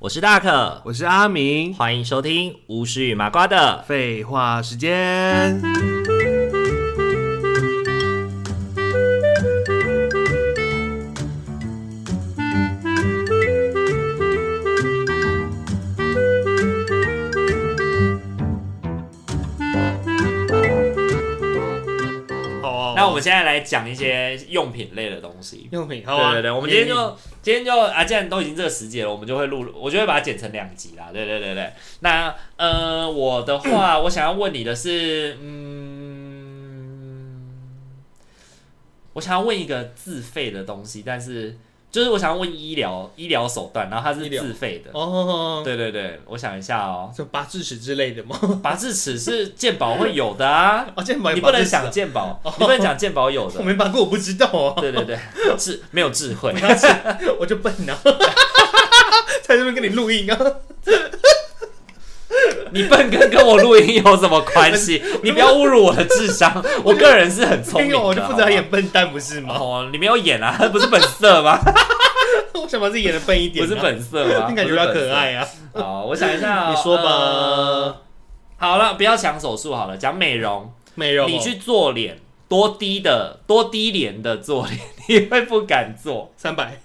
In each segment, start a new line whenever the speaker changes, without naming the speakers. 我是大可，
我是阿明。
欢迎收听巫师与麻瓜的。
废话时间，
好啊，
那我们现在来讲一些用品类的东西。
用品好啊，
对对对，我们今天就今天就啊，既然都已经这个时节了，我们就会录，我就会把它剪成两集啦。对对对对，那呃，我的 话，我想要问你的是，嗯，我想要问一个自费的东西，但是就是我想要问医疗医疗手段，然后它是
医疗
自费的。
哦，
对对对，我想一下哦，
就拔智齿之类的吗？
拔智齿是健保会有的啊，
哦，这样拔
你不能
拔
想
智齿
鉴宝，
哦
你不能讲鉴宝有
啊，我
的。
没拔过，我不知道哦，
对对对，智没有智慧。
我就笨 啊，在这边跟你录音啊，
你笨跟跟我录音有什么关系？你不要侮辱我的智商，我个人是很聪
因
明
为
的。
哦我就负责演笨蛋不是
好不
吗？
好。哦，你没有演啊，不是本色吗？
我想把自己演的笨一点
不
啊，
是本色吗？
你感觉比较可爱啊，
不是本色。好，我想一下哦，
你说吧
呃好了，不要讲手术好了，讲美容。
美容哦，
啊你去做脸，多低的多低廉的做脸，你会不敢做，
三百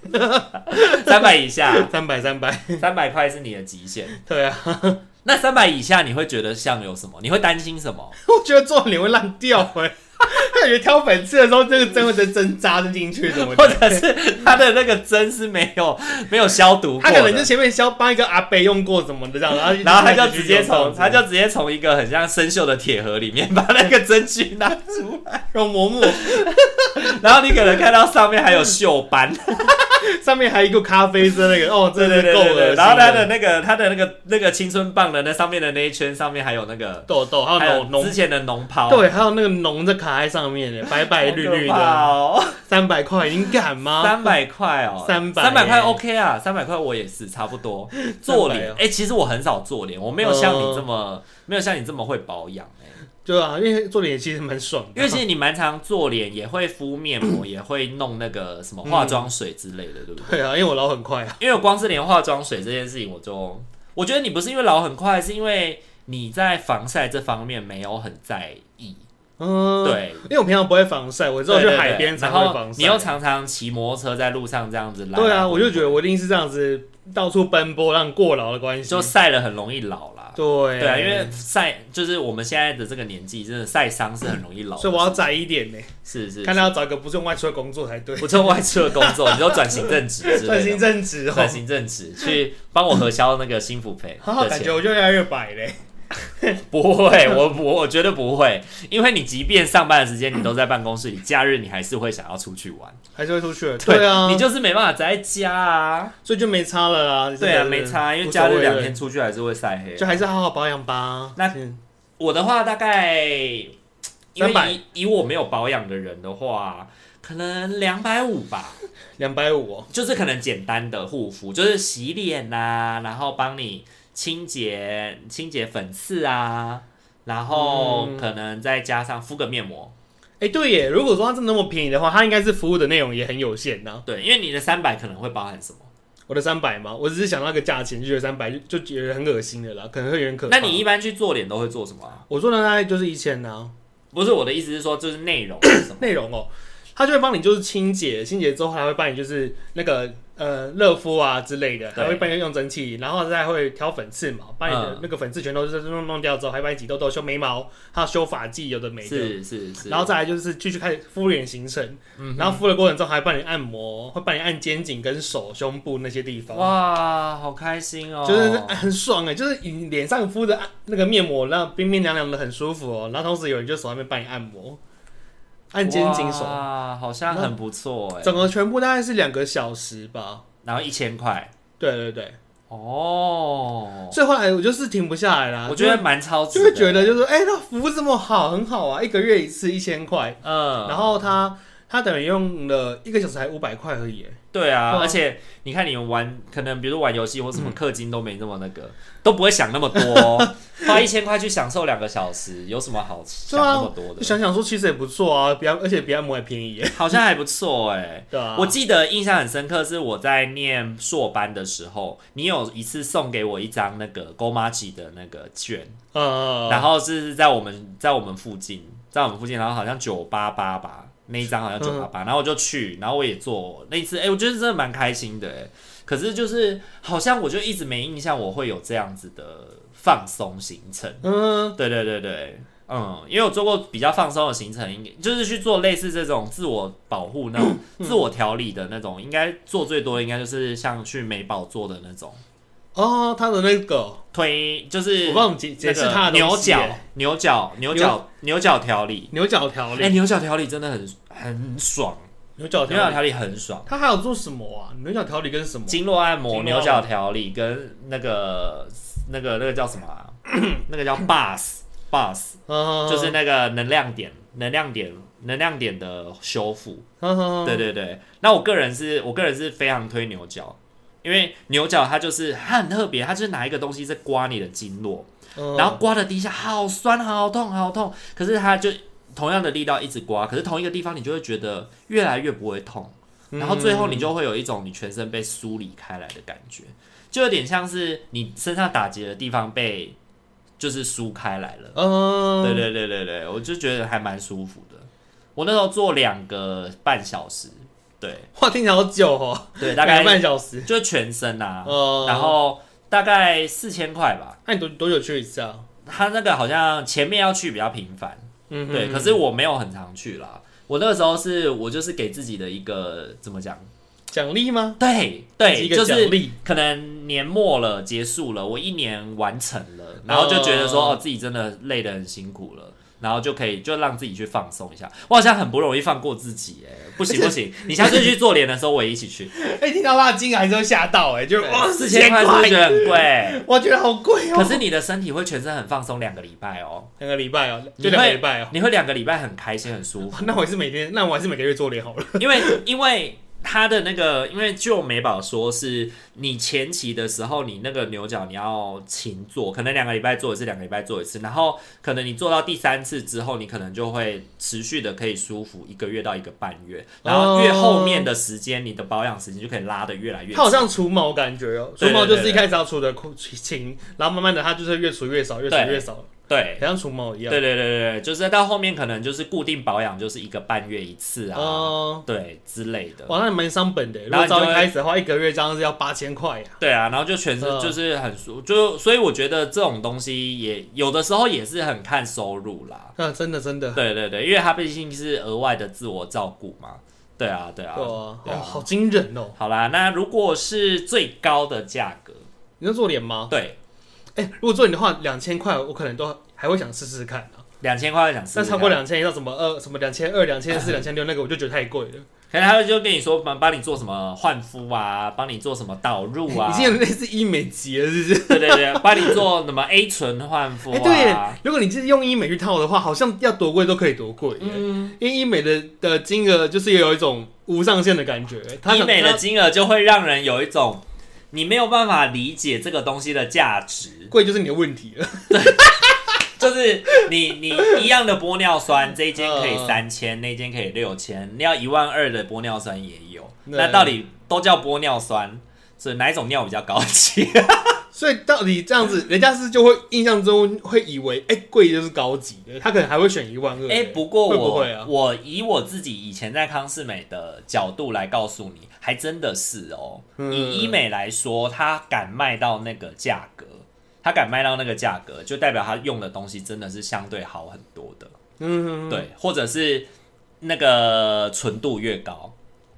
三百以下，
三百三百，
三百块是你的极限。
对啊，
那三百以下你会觉得像有什么？你会担心什么？
我觉得做脸会烂掉 哎。感觉挑粉刺的时候，这个针会针针扎进去什么
或
的，
者是它的那个针是没有没有消毒过
他
的？
可能就前面削帮一个阿伯用过什么的这样，然后
然后他就直接从
用
他就直接从一个很像生锈的铁盒里面把那个针具拿出来，
用磨墨
然后你可能看到上面还有锈斑，
上面还有一个咖啡色那个，哦，真的
对对
是够
对
恶
对，
心。
然后他的那个他的那个那个青春棒的那上面的那一圈上面还有那个
痘痘，还
还
有
有
哦脓
之
脓，
前的脓泡，
对，还有那个脓在卡在上面 的，白白绿绿的，三百块，你敢吗？
三百块 哦，
300
三百块
欸
OK 啊，三百块我也是差不 多。做脸，
哦
哎、其实我很少做脸，我没有像你这么、
呃
没有像你这么会保养、欸，
对啊，因为做脸其实蛮爽
因
的
为。其实你蛮常做脸，也会敷面 膜，也会弄那个什么化妆水之类的，对不对？
对啊，因为我老很快啊，
因为我光是连化妆水这件事情，我就我觉得你不是因为老很快，是因为你在防晒这方面没有很在意，
嗯，，
对。
因为我平常不会防晒，我只有去
对对对
海边才
然
会
后
防晒。
你又常常骑摩托车在路上这样子拉，
对啊，我就觉得我一定是这样子到处奔波，让过劳的关系。
就晒了很容易老啦。
对
对啊，因为晒就是我们现在的这个年纪，真的晒伤是很容易老的。
所以我要窄一点呢，
是是，
看他要找一个不是用外出的工作才对，
不做外出的工作，你就转型正职之类的，
专心正职哦
转。型正职去帮我核销那个新辅培
好好，
的
感
钱
觉。我就越来越白嘞。
不会，我不，我绝对不会，因为你即便上班的时间你都在办公室里，假日你还是会想要出去玩。
还是会出去的。对啊，
你就是没办法宅在家啊。
所以就没差了啊。
对啊，
真的
没差，因为
无所
假
谓
日两
了
天出去还是会晒黑啊。
就还是好好保养吧。
那
嗯
我的话大概，因
300
为以以我没有保养的人的话，可能两百五吧，
两百五哦，
就是可能简单的护肤，就是洗脸呐、然后帮你清洁清洁粉刺啊，然后
嗯
可能再加上敷个面膜。
哎，对耶。如果说它真的那么便宜的话，它应该是服务的内容也很有限呐。
对，因为你的三百可能会包含什么？
我的三百嘛，我只是想到一个价钱，就觉得三百就觉得很恶心的啦，可能会有点可怕。
那你一般去做脸都会做什么啊、
我做的大概就是一千呐，
不是我的意思是说，就是内
？
容是什么
内容哦，它就会帮你就是清洁，清洁之后还会帮你就是那个。呃，热敷啊之类的，
对
还会帮你用蒸汽，然后再会挑粉刺嘛，把你的
嗯
那个粉刺全都是弄弄掉之后，还帮你挤痘痘、修眉毛，还有修发剂，有的没的。
是是是，
然后再来就是继续开始敷脸行程，
嗯
然后敷的过程中还帮你按摩，会帮你按肩颈跟手、胸部那些地
哦
方，
哇，好开心哦！
就是很爽哎、就是你脸上敷的按那个面膜，让冰冰凉凉的很舒服哦。然后同时有人就手上面帮你按摩，按肩颈手，
哇，好像很不错哎。
整个全部大概是两个小时吧。
然后一千块
对对对，
哦，
所以后来我就是停不下来啦，
我觉得蛮超值
就
的，
会觉得就是哎，那服务这么好，很好啊，一个月一次一千块，
嗯，
然后他他等于用了一个小时才五百块而已、欸，
对啊，
对啊嗯
而且你看你们玩，可能比如玩游戏或什么氪金都没那么那个，都不会想那么 多，哦花一千块去享受两个小时，有什么好想
对啊
那么多
就
的？
想想说其实也不错啊，比较而且比按摩还便宜耶，
好像还不错哎、
对 啊，
我记得印象很深刻，是我在念硕班的时候，你有一次送给我一张那个 g o m a c i 的那个券，
呃，
然后是在我们在我们附近，在我们附近，然后好像九八八吧，那一张好像九八八，然后我就去，然后我也做那一次，哎、我觉得真的蛮开心的、哎，可是就是好像我就一直没印象我会有这样子的放松行程。
嗯，
对对对对，嗯，因为我做过比较放松的行程，应该就是去做类似这种自我保护那种、自我调理的那种，应该做最多的应该就是像去美宝做的那种
哦，他的那个，
推，就
我
是
帮我们解解释
那
他
个
的东
牛
西耶
角牛角牛角牛角调理，
牛角条
哎、
例，
牛角调理真的很很爽，
牛角
牛角
条理，
调理很爽。
他还有做什么啊？牛角条理跟什么？
经络按摩、
经络
牛
按摩
角调理跟那个、那个、那个叫什么、啊？ 那个叫 bus bus，
嗯，
就是那个能量点、能量点、能量点的修复。
嗯，
对对对，那我个人是我个人是非常推牛角，因为牛角它就是它很特别，它就是拿一个东西在刮你的经络，
嗯
然后刮的地下好酸、好痛、好痛，可是它就同样的力道一直刮，可是同一个地方你就会觉得越来越不会痛，
嗯
然后最后你就会有一种你全身被梳理开来的感觉，就有点像是你身上打结的地方被就是梳开来了。
嗯，
对对对对对，我就觉得还蛮舒服的。我那时候做两个半小时，对
哇，听起来好久哦，
对，大
嗯两
概
个半小时，
就全身啊，
嗯，
然后大概四千块吧。
那你多多久去一次啊？
他那个好像前面要去比较频繁，
嗯哼
对，可是我没有很常去啦。我那个时候是我就是给自己的一个怎么讲？
奖励吗？
对
是
对，
一个
就
奖
是
励
可能年末了，结束了，我一年完成了，然后就觉得说，
哦
哦，自己真的累得很辛苦了。然后就可以就让自己去放松一下，我好像很不容易放过自己哎，不行不行，你下次去做脸的时候我也一起去。
哎，听到他的金额还是会吓到，哎，就 哇，
四千块是不是觉得很贵？
我觉得好贵哦。
可是你的身体会全身很放松两个礼拜哦，
两个礼拜哦，
你
就
会
两个礼拜哦。
你会两个礼拜很开心很舒服，
哇 那我还是每天，那我还是每个月做脸好了。
因为因为它的那个，因为就美宝说是你前期的时候，你那个牛角你要勤做，可能两个礼拜做一次，两个礼拜做一次，然后可能你做到第三次之后，你可能就会持续的可以舒服一个月到一个半月，然后越后面的时间，你的保养时间就可以拉的越来越
它好
长。
像除毛感觉哦，除
对对
毛就是
对
一开始要除的勤，然后慢慢的它就是越除越少，越除
对
越少，
对。
很像除毛一样。
对对对对对，就是到后面可能就是固定保养，就是一个半月一次啊，
哦
对之类的。
哇，那你蛮伤本的欸耶。如
然后
果
你就
照一
会
开始的话，一个月这样是要八千块呀。
对啊，然后就全身
嗯
就是很舒，就所以我觉得这种东西也有的时候也是很看收入啦。
啊，真的真的，
对对对，因为它毕竟是额外的自我照顾嘛。对啊，对啊，
对啊，
对啊
哦，好惊人哦！
好啦，那如果是最高的价格，
你要做脸吗？
对，
哎，如果做脸的话，两千块我可能都还会想试试看啊。
两千块想试试
但
看，
超过两千，要什么二、什么两千二、两千四、两千六，那个我就觉得太贵了。
可能他们就跟你说帮帮你做什么换肤啊，帮你做什么导入啊
已，经有类似医美级了，是不是？
对对对，帮你做什么 A 醇换肤
哎，
啊，
对耶，如果你是用医美去套的话，好像要多贵都可以多贵耶，
嗯，
因为医美的的金额就是也有一种无上限的感觉。哎它
医
可
美的
它
金额就会让人有一种你没有办法理解这个东西的价值。
贵就是你的问题了。
就是你你一样的玻尿酸，这一间可以
嗯
三千，那间可以六千，你要一万二的玻尿酸也有，
对
那到底都叫玻尿酸，所以哪一种尿比较高级？
所以到底这样子，人家是就会印象中会以为，哎、贵就是高级的，他可能还会选一万二。
哎、不过我
会不会啊？
我以我自己以前在康士美的角度来告诉你，还真的是哦。
嗯
以医美来说，它敢卖到那个价格，它敢卖到那个价格，就代表它用的东西真的是相对好很多的，
嗯，
对，或者是那个纯度越高，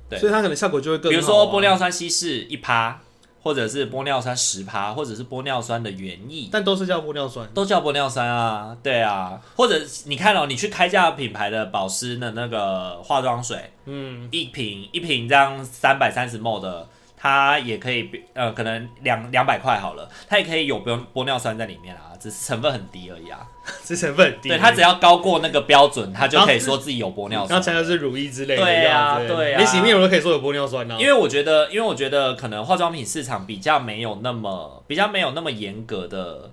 对
所以他可能效果就会更好、啊
比如说玻，尿酸稀释一趴，或者是玻尿酸十趴，或者是玻尿酸的原液。
但都是叫玻尿酸。
都叫玻尿酸啊，对啊，或者你看哦，你去开价品牌的保湿的那个化妆水，
嗯，
一瓶一瓶这样三百三十 ml 的，它也可以呃，可能两两百块好了，它也可以有玻玻尿酸在里面啊，只是成分很低而已啊。
这成分很低。
对，它只要高过那个标准，它就可以说自己有玻尿
然
酸
后。才就是乳液之类的，
对啊
这样子
对啊
连洗面乳都可以说有玻尿酸啊。
因为我觉得，因为我觉得可能化妆品市场比较没有那么比较没有那么严格的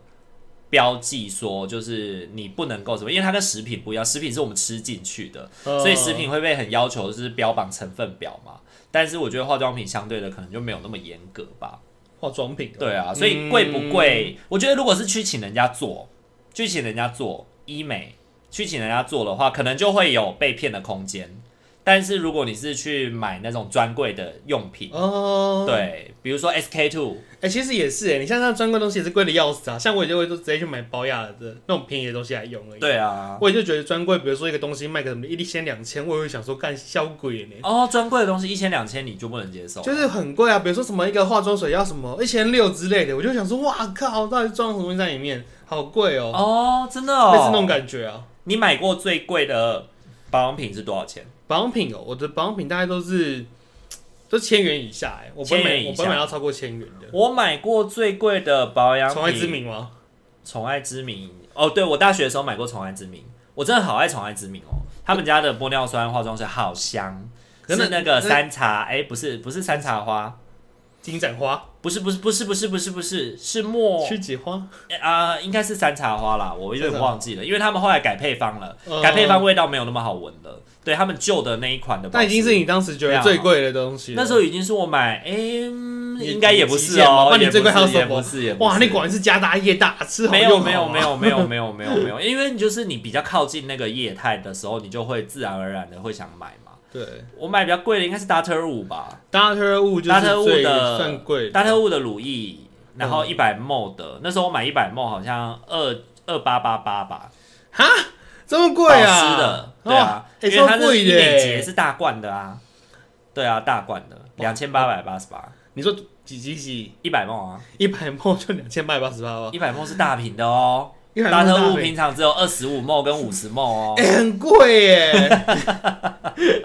标记，说就是你不能够什么，因为它跟食品不一样，食品是我们吃进去的，
嗯
所以食品会被很要求就是标榜成分表嘛。但是我觉得化妆品相对的可能就没有那么严格吧。
化妆哦品，
对啊，所以贵不贵？我觉得如果是去请人家做，去请人家做医美，去请人家做的话，可能就会有被骗的空间。但是如果你是去买那种专柜的用品，
哦，
对，比如说 SK two，
哎、其实也是哎、你像那专柜东西也是贵的要死啊，像我就会就直接去买保养的那种便宜的东西来用而已。，
对啊，
我也就觉得专柜，比如说一个东西卖个什么一千两千，我也会想说干销鬼呢，
哦，专柜的东西一千两千你就不能接受，
就是很贵啊。比如说什么一个化妆水要什么一千六之类的，我就想说哇靠，到底装了什么东西在里面，好贵哦、
哦，真的
类似那种
哦，
感觉啊。
你买过最贵的保养品是多少钱？
保养品哦、我的保养品大概都是都千元以下哎、我不会
千元以下
买，我不会买到超过千元的。
我买过最贵的保养品，
宠爱之，名吗？
宠爱之名，哦，对我大学的时候买过宠爱之名，我真的好爱宠爱之名哦，他们家的玻尿酸化妆水好香，
可
是
是
那个山茶，哎，不是不是山茶花。
金盏花、
不是不是不是不是不是不是是莫
曲奇花，
欸啊、应该是山茶花啦，我有点忘记了，因为他们后来改配方了，
嗯
改配方味道没有那么好闻了。对他们旧的那一款的保
那
湿，
已经是你当时觉得最贵的东西了。
啊那时候已经是我买，哎、嗯
也
应该也不
极
是
限嘛
哦、
那你
也不
最贵
是
还有什
也
么
不是也不
哇，
是
你果然是家大业大，吃好
没有
用好
没有
啊
没有没有没有没 有没有，因为就是你比较靠近那个液态的时候，你就会自然而然的会想买嘛。
对，
我买比较贵的应该是 Doctor Wu 吧，
大特物就
大
是
特务
最
的
算贵的，嗯
大特务的乳液，然后一百 ml 的，那时候我买一百 ml 好像二二八八八吧，
哈这么贵
保
啊？
湿的，对啊，
哎，
因为它
超
是
贵
医美节
耶！
是大罐的啊，对啊，大罐的两千八百八十八，
你说几几几？
一百梦啊，
一百沫就两千八百八十八吧？
一百梦是大瓶的哦，
100
大特务
瓶
平常只有二十五梦跟五十梦哦
哎、，很贵耶，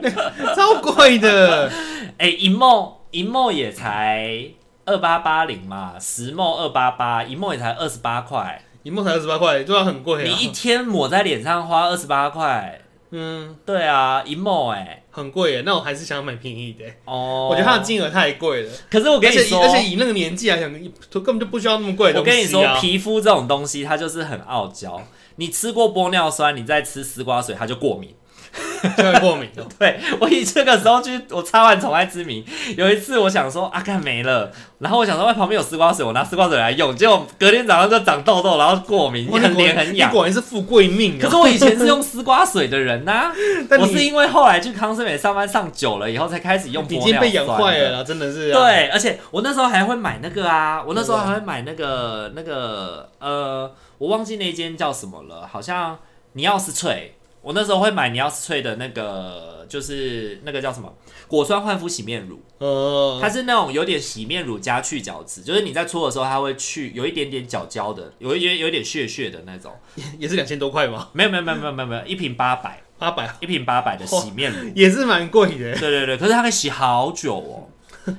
那超贵的。
哎，一梦一梦也才二八八零嘛，十梦二八八，一梦也才二十八块，
一梦才二十八块，对啊，很贵
你一
啊。
天抹在脸上花二十八块，
嗯，
对啊，一梦哎，
很贵耶。那我还是想买便宜的耶。
哦，
我觉得它的，金额太贵了，
可是我跟
而
你
且
说，
而且以那个年纪来讲，根本就不需要那么贵的
我
东
跟你
西
说
啊。，
皮肤这种东西，它就是很傲娇。你吃过玻尿酸，你再吃丝瓜水，它就过敏。
就会过敏的。
对我以这个时候去，我擦完宠爱之名，有一次我想说啊，干没了，然后我想说，哎，旁边有丝瓜水，我拿丝瓜水来用，结果隔天早上就长痘痘，然后过 敏，
哇
很脸很
你
痒。
果然是富贵命
可
啊！
是我以前是用丝瓜水的人呐、
但你
我是因为后来去康斯美上班上久了以后，才开始用玻
已
尿
经
酸。
被养坏了啦，真的是、啊。，
对，而且我那时候还会买那个啊，我那时候还会买那
嗯
个那个呃，我忘记那间叫什么了，好像你要是脆，我那时候会买你要是脆的那个，就是那个叫什么果酸焕肤洗面乳，
呃，
它是那种有点洗面乳加去角质，就是你在搓的时候它会去有一点点角胶的，有一点有点屑屑的那种。
也是两千多块嘛，
没有没有没有没有没有没有，一瓶八百，
八百啊
一瓶八百的洗面 乳。
也是蛮贵的。
对对对，可是它可以洗好久哦，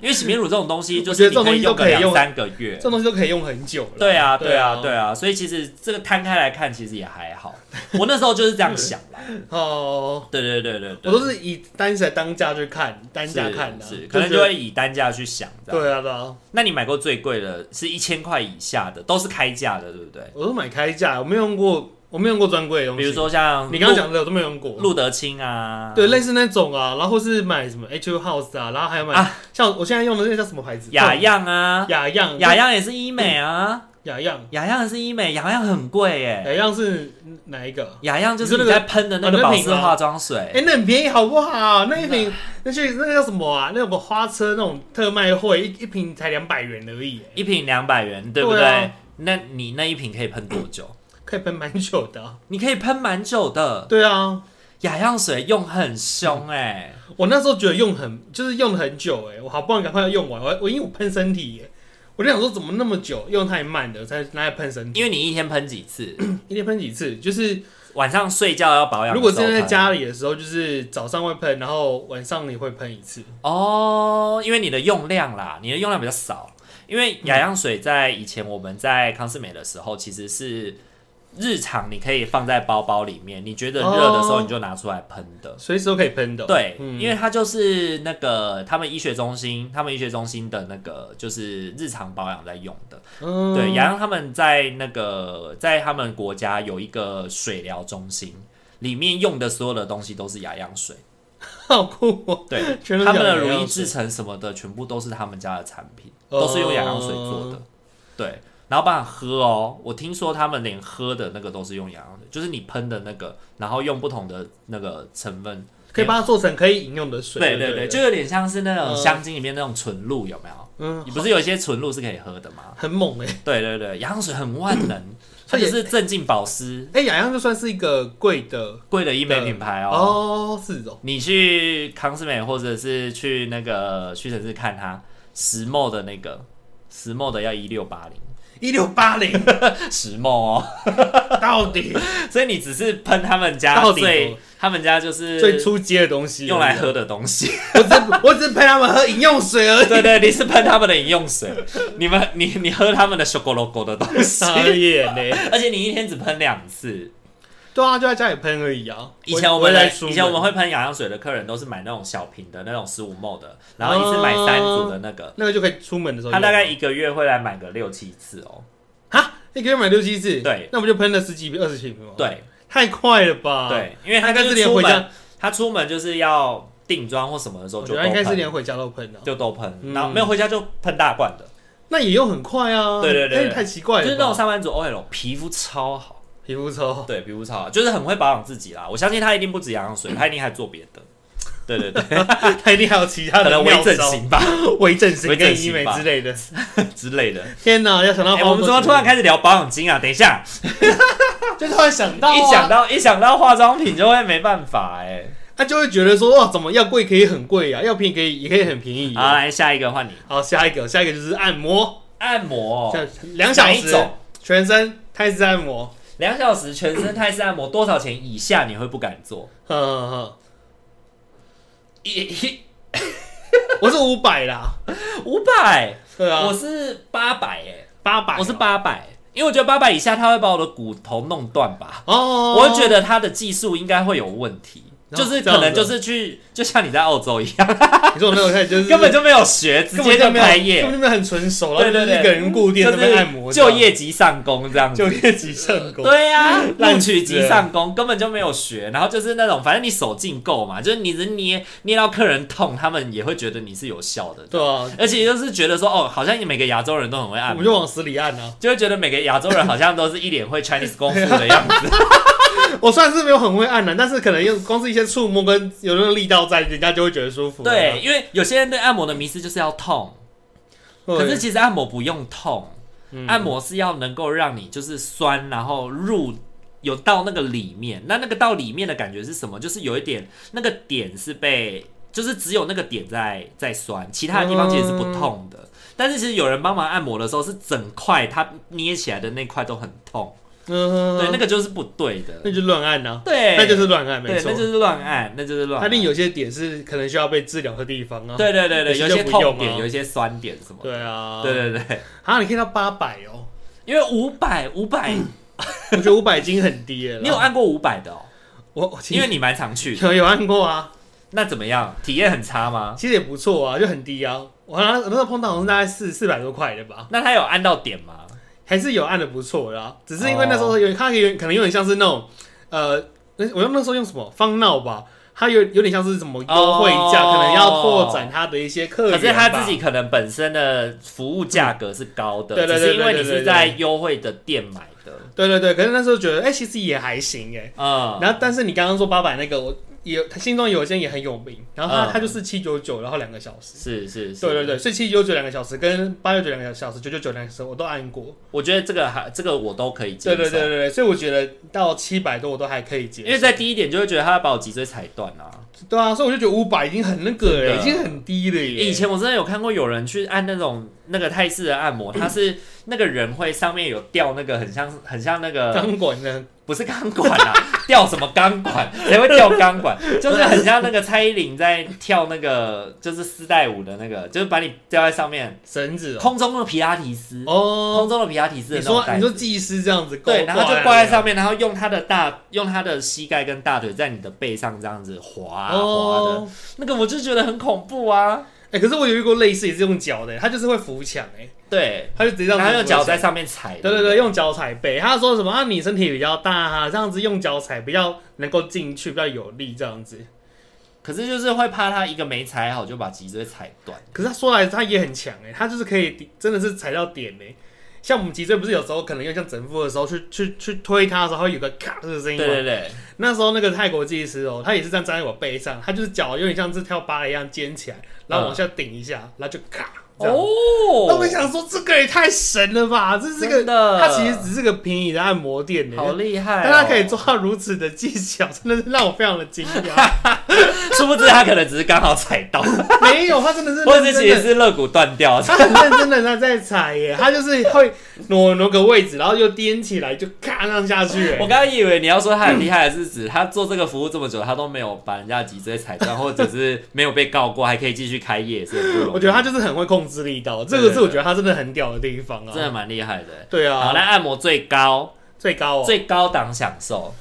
因为洗面乳这种东 西，就
我
是
觉得
你
这种
可
东
以
西都
用个
可以
两
用
三个月，
这种东西都可以用很久了。
对啊，对
对
啊，对啊，所以其实这个摊开来看，其实也还 好。我那时候就是这样想啦。
哦，
对对对对
我
对，
都是以单子来当价去看，单
是
价看的、啊
是，可能
觉
就
得
会以单价去想这样。
对啊对啊，
那你买过最贵的是一千块以下的，都是开价的，对不对？
我都买开价，我没用过，我没用过专柜的东西。
比如说像
你刚刚
路
讲的，我都没用过。
路德清啊，
对，类似那种啊，然后是买什么 H U House 啊，然后还有买、
啊
像我现在用的那个叫什么牌子？
雅漾啊，
雅漾，
雅漾也是医美啊，
雅漾，
雅漾也是医美，雅漾很贵耶。
雅漾是哪一个？
雅漾就是
你说
你
那个
在喷的那个
哦那
保
瓶
湿
吗
化妆
哎、
水，
那很便宜好不好？那一瓶那去那个叫什么啊？那种花车那种特卖会，一一瓶才两百元而已，
一瓶两百元，对不
对
对
啊？
那你那一瓶可以喷多久？
可以喷蛮久 的啊、
你可以喷蛮久的。
对啊，
雅漾水用很凶哎、
我那时候觉得用很就是用了很久哎、我好不容易赶快要用完，我我因为我喷身体耶、哎我就想说怎么那么久，用太慢的才拿来喷身体，
因为你一天喷几次，
一天喷几次，就是
晚上睡觉要保养
如
的时候
果
喷。
真的在家里的时候，就是早上会喷，然后晚上你会喷一次。
哦，因为你的用量啦，你的用量比较少。因为雅漾水在以前我们在康斯美的时候，其实是日常你可以放在包包里面，你觉得热的时候
哦
你就拿出来喷的。
随时都可以喷的哦、
对，
嗯
因为它就是那个他们医学中心，他们医学中心的那个就是日常保养在用的。
嗯
对，雅漾他们在那个在他们国家有一个水疗中心，里面用的所有的东西都是雅漾水。
好酷哦、
对，
全都
他
是
们的
养
如
养
意
水
制成什么的，全部都是他们家的产品，
哦
都是用雅漾水做的。对，然后帮你喝哦，我听说他们连喝的那个都是用雅漾水，就是你喷的那个，然后用不同的那个成分。
可以把它做成可以饮用的水。
对
对
对对，
了
就有点像是那种
嗯
香精里面那种纯露，有没有？
嗯，
你不是有一些纯露是可以喝的吗？
很猛哎、欸。
对对对，雅漾水很万能， 它
它也
就是镇静保湿，
哎、雅漾就算是一个贵的
贵的医美品牌哦。
哦，是哦，
你去康斯美或者是去那个屈臣氏看它，石墨的那个石墨的要一六八零，
一六八零
石墨哦。
到底
所以你只是喷他们家
到底
最他们家就是
最初阶的东西
用来喝，的东西，
我只我只陪他们喝饮用水而 已。
对对，你是喷他们的饮用水，你们你你喝他们的 s h o c o l o g o 的东 西，
傻眼嘞、
而且你一天只喷两次。
对啊，就在家里喷而已啊。
以前我
不会
们
不会
的
再出门
以前我们会喷雅漾水的客人都是买那种小瓶的那种十五 ml 的，然后一
哦
次买三组的那个，
那个就可以出门的时候
他
用，啊
大概一个月会来买个六七次哦。
哈，一个月买六七次，
对
那不就喷了十几瓶、二十几瓶吗？，
对
太快了吧？，
对，因为他
啊他
就是
应该是连
出
回家
门，他出门就是要定妆或什么的时候
我
就
觉
都
得应该是
喷，
连回家都喷了、
就都喷，
嗯
然后没有回家就喷大罐的，
那也用很快啊。
对对对
那
对
也太奇怪了吧，
就是那种上班族 OL 哦皮肤超好，
皮肤超
对，皮肤超好，就是很会保养自己啦。我相信他一定不止养养水，他一定还做别的。对对 对，
他一定还有其他
可
的
能微
妙
整
招、
形吧
微整形
微整
跟
形
医美
吧
之类的。
之类的。
天哪，要想到
哎，
花
我
那
们
么多
怎么突然开始聊保养金啊？等一下，
钱，就突然想到、啊，
一想到一想到化妆品就会没办法哎、
他就会觉得说哦哇，怎么要贵可以很贵呀、啊，要便宜可以也可以很便宜、啊
好，来下一个换你，
好，下一个，下一个就是按摩，
按摩
这
哦
样两小
哪一
时
种，
全身泰式按摩，
两小时全身泰式按摩多少钱以下你会不敢做？
呵呵呵，
一一
我是五百啦，
五百，
对啊，
我是八百哎，
八百，
我是八百，因为我觉得八百以下他会把我的骨头弄断吧，
哦，
我会觉得他的技术应该会有问题。
哦
就是
这
可
样子
能就是去，就像你在澳洲一样，
你说我那种看就是
根本就没有学，直
根
接
本
就
就没有
开
根
业，
本就没有很纯熟，然
对
后就
对
是
对，
一个人固定在那边按摩，
就是就业级上工这样子
就，业级成功，
对呀、
烂
录取
死
即
了
上工，根本就没有学，然后就是那种，反正你手劲够嘛，就是你只捏捏到客人痛，他们也会觉得你是有效的，
对啊，
而且就是觉得说，哦，好像你每个亚洲人都很会
我
按
们就
摩，
往死里按啊，
就会觉得每个亚洲人好像都是一脸会 Chinese 功夫的样子，
我虽然是没有很会按的，但是可能用光是一些触摸跟有那个力道在，人家就会觉得舒服了。
对，因为有些人对按摩的迷思就是要痛，
对，
可是其实按摩不用痛，
嗯
按摩是要能够让你就是酸，然后入有到那个里面。那那个到里面的感觉是什么？就是有一点那个点是被，就是只有那个点在在酸，其他的地方其实是不痛
嗯
的。但是其实有人帮忙按摩的时候，是整块它捏起来的那块都很痛，
嗯，
对，那
那
个就是不对的，
那就乱按呐，
对，
那就是乱按，没
对，
错
那，就是乱按，那就是乱
它
按。
一定有些点是可能需要被治疗的地方啊。
对对对对，有
有
一些
些就不用
痛
啊
点，有一些酸点什么的。
对啊，
对对对，
啊，你可以到八百哦，
因为五百五 百，
我觉得五百已经很 低了。
你有？按过五百的哦？
我我其
因
实
为你蛮常去的。
有有按过啊，
那怎么样？体验很差吗？
其实也不错啊，就很低啊。我好像我那时候碰到好像大概四四百多块的吧，
那他有按到点吗？
还是有按的不错的啊。只是因
哦
为那时候有它有可能有点像是那种呃，那我用那时候用什么方闹吧。它有有点像是什么优惠价
哦
可能要拓展它的一些客源
可
吧，
是他自己可能本身的服务价格是高的，
嗯对对
只
对
是因为
对对
你是
对对
在优惠的店买的。
对对对，可是那时候觉得，哎、其实也还行哎、
嗯，
然后，但是你刚刚说八百那个，我也他心中有一些也很有名，然后他、
嗯
他就是七九九，然后两个小时。
是是是，
对对，对，所以七九九两个小时跟八九九两个小时，九九九两个小时我都按过。
我觉得这个还这个我都可以接
对
受。
对对对对，所以我觉得到七百多我都还可以接受。
因为在第一点就会觉得他要把我脊椎踩断啊！
对啊，所以我就觉得五百已经很那个
真的
了，已经很低了耶。
以前我真的有看过有人去按那种那个 泰式的按摩，他是那个人会上面有吊那个很像很像那个
钢管的
不是钢管啊， 吊什么钢管？谁会吊钢 管？就是很像那个蔡依林在跳那个就是丝带舞的那个，就是把你吊在上面，
绳子哦
空中的皮拉提斯，空
哦，
中的皮拉提斯的嗯
你
那种
说
带
你说
子。
技师这样子，
对，然后就挂
挂
在上面，然后用他的大用他的膝盖跟大腿在你的背上这样子滑啊滑的，
哦，
那个我就觉得很恐怖啊。
哎，可是我有遇过类似也是用脚的，他就是会扶墙，哎，
对，
他就直接让
然后用脚在。上面踩。
对对对，用脚踩背。他说什么啊？你身体比较大、啊，这样子用脚踩比较能够进去，比较有力这样子。
可是就是会怕他一个没踩好就把脊椎踩断。
可是他说来他也很强哎、他就是可以真的是踩到点哎、像我们脊椎不是有时候可能用像整腹的时候去去去推它的时候，它会有个咔这个声音
对
吗？
对对，
那时候那个泰国技师哦，他也是这样站在我背上，他就是脚有点像是跳芭蕾一样尖起来，然后往下顶一下，然后就咔这样。那我
嗯哦，
想说，这个也太神了吧！这是
真
个，
的
他其实只是个便宜的按摩店呢、
好厉害、哦
但他可以做，到如此的技巧，真的是让我非常的惊 讶。
殊不知他可能只是刚好踩到，
没有，他真的是
或者
认
是
真
其
的
实是肋骨断掉。
他很认真的在在踩耶，他就是会挪挪个位置，然后又颠起来，就咔上下去耶。
我刚刚以为你要说他很厉害，是指他做这个服务这么久，他都没有把人家脊椎踩断，或者是没有被告过，还可以继续开业，是很不容易。
我觉得他就是很会控制力道，这
对
个
对
是
对
我觉得他真的很屌的地方
真的
啊。
蛮厉害的。
对啊，
好，那按摩最高
最高哦，最
最高档享受，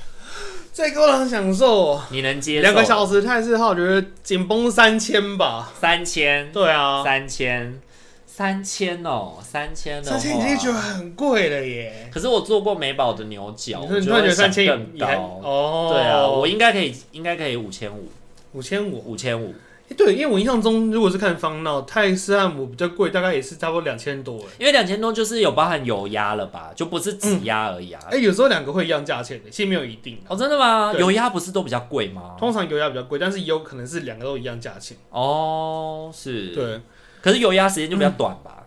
最高的享受哦，
你能接受？
两个小时泰式号，我觉得紧绷三千吧。
三千，
对啊，
三千，三千哦，三千的话
三千已经觉得很贵了耶。
可是我做过美宝的牛角，
你
我
说你突
就
然
会
觉得
想
三千
更
也还
高。
哦，
对啊，我应该可以，应该可以五千五，
五千五。
五千五，
对，因为我印象中，如果是看方闹泰式按摩比较贵，大概也是差不多两千多耶。
因为两千多就是有包含油压了吧，就不是只压而已啊。
哎、有时候两个会一样价钱的，其实没有一定啊。
哦，真的吗？
对
油压不是都比较贵吗？
通常油压比较贵，但是也有可能是两个都一样价钱。
哦，是，。
对，
可是油压时间就比较短吧？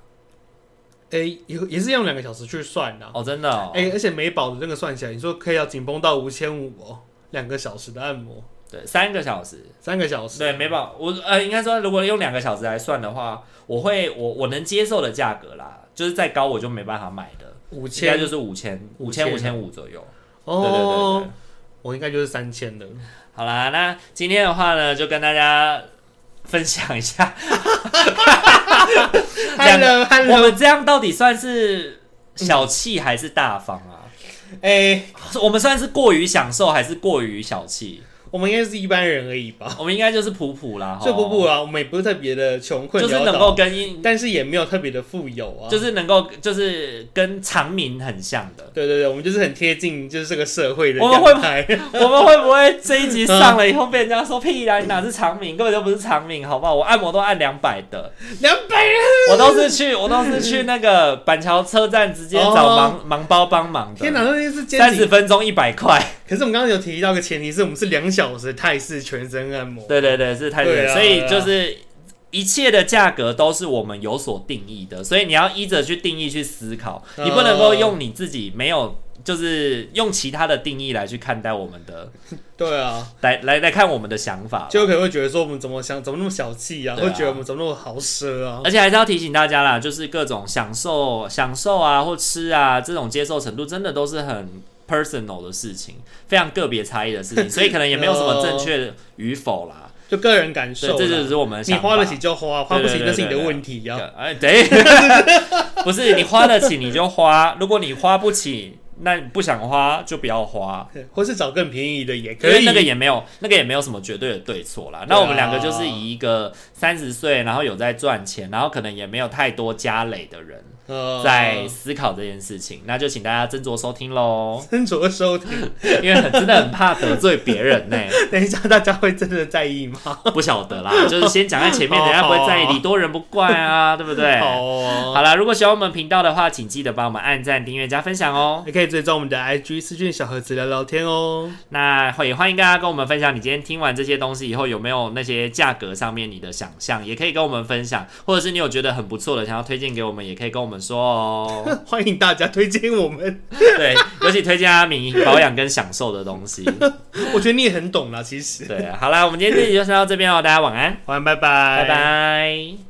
哎、也也是用两个小时去算的、啊。
哦，真的哦。
哎、而且美宝的那个算起来，你说可以要紧绷到五千五哦，两个小时的按摩，
对，三个小时。
三个小时。
对，美宝，我呃，应该说，如果用两个小时来算的话，我会我我能接受的价格啦，就是再高我就没办法买的，
五
应该
千
就是五千、五
5000
千、五千五左右。对对对
哦，
对。
我应该就是三千的。
好啦，那今天的话呢，就跟大家分享一下，两个
Hello
我
Hello，
们这样到底算是小气还是大方啊？
哎、
我们算是过于享受还是过于小气？
我们应该是一般人而已吧，
我们应该就是普普啦，齁
最不不，啊，我们也不是特别的穷困
哦就
潦
是
倒，
能够跟一，
但是也没有特别的富有啊。
就是能够，就是跟常民很像的。
对对对，我们就是很贴近，就是这个社会的
我们会
样态。
我们会不会这一集上了以后被人家说屁啦？你哪是长命，根本就不是长命，好不好？我按摩都按两百的，
两百人
我都是去，我都是去那个板桥车站直接找盲、盲包帮忙
哦天
的，
哪，那是
三
兼
十
职。
分钟一百块。
可是我们刚刚有提到一个前提是我们是两小时泰式全身按摩。
对对对，是太对
对
了，
啊
所以就是。一切的价格都是我们有所定义的，所以你要依着去定义去思考，
哦
你不能够用你自己没有，就是用其他的定义来去看待我们的，
对啊，
来来来看我们的想法。
就有可能会觉得说我们怎么想怎么那么小气啊，
对啊
会觉得我们怎么那么豪奢啊。
而且还是要提醒大家啦，就是各种享受、享受啊，或吃啊，这种接受程度，真的都是很 personal 的事情，非常个别差异的事情，所以可能也没有什么正确与否啦。
就个人感
对，
受啦，
这就是我们的
你
想法
花得起。就花，花不
对
起
对
那是你
对
的
对
问题啊。
哎，对， 不是你花得起你就花，如果你花不起，那你不想花就不要花。
或是找更便宜的也
因
可
为
以。
那
啊
个也没有，那个也没有什么绝对的对错啦。那我们两个就是以一个三十岁，然后有在赚钱，然后可能也没有太多家累的人，
呃
在思考这件事情，那就请大家斟酌收听喽，
斟酌收听，
因为很真的很怕得罪别人呢、
等一下大家会真的在意吗？
不晓得啦，就是先讲在前面，
好
人家不会在意，
好
礼多人不怪啊，对不对？
好哦，
好啦，如果喜欢我们频道的话，请记得帮我们按赞、订阅、加分享哦。
也可以追踪我们的 IG 私讯小盒子聊聊天哦。
那也欢迎大家跟我们分享，你今天听完这些东西以后有没有那些价格上面你的想象，也可以跟我们分享，或者是你有觉得很不错的，想要推荐给我们，也可以跟我们说哦。
欢迎大家推荐我们，
对，尤其推荐阿明保养跟享受的东西。
我觉得你也很懂啦，其实。
对，好啦，我们今天这集就先到这边哦，大家晚安，
晚安，拜拜，
拜拜。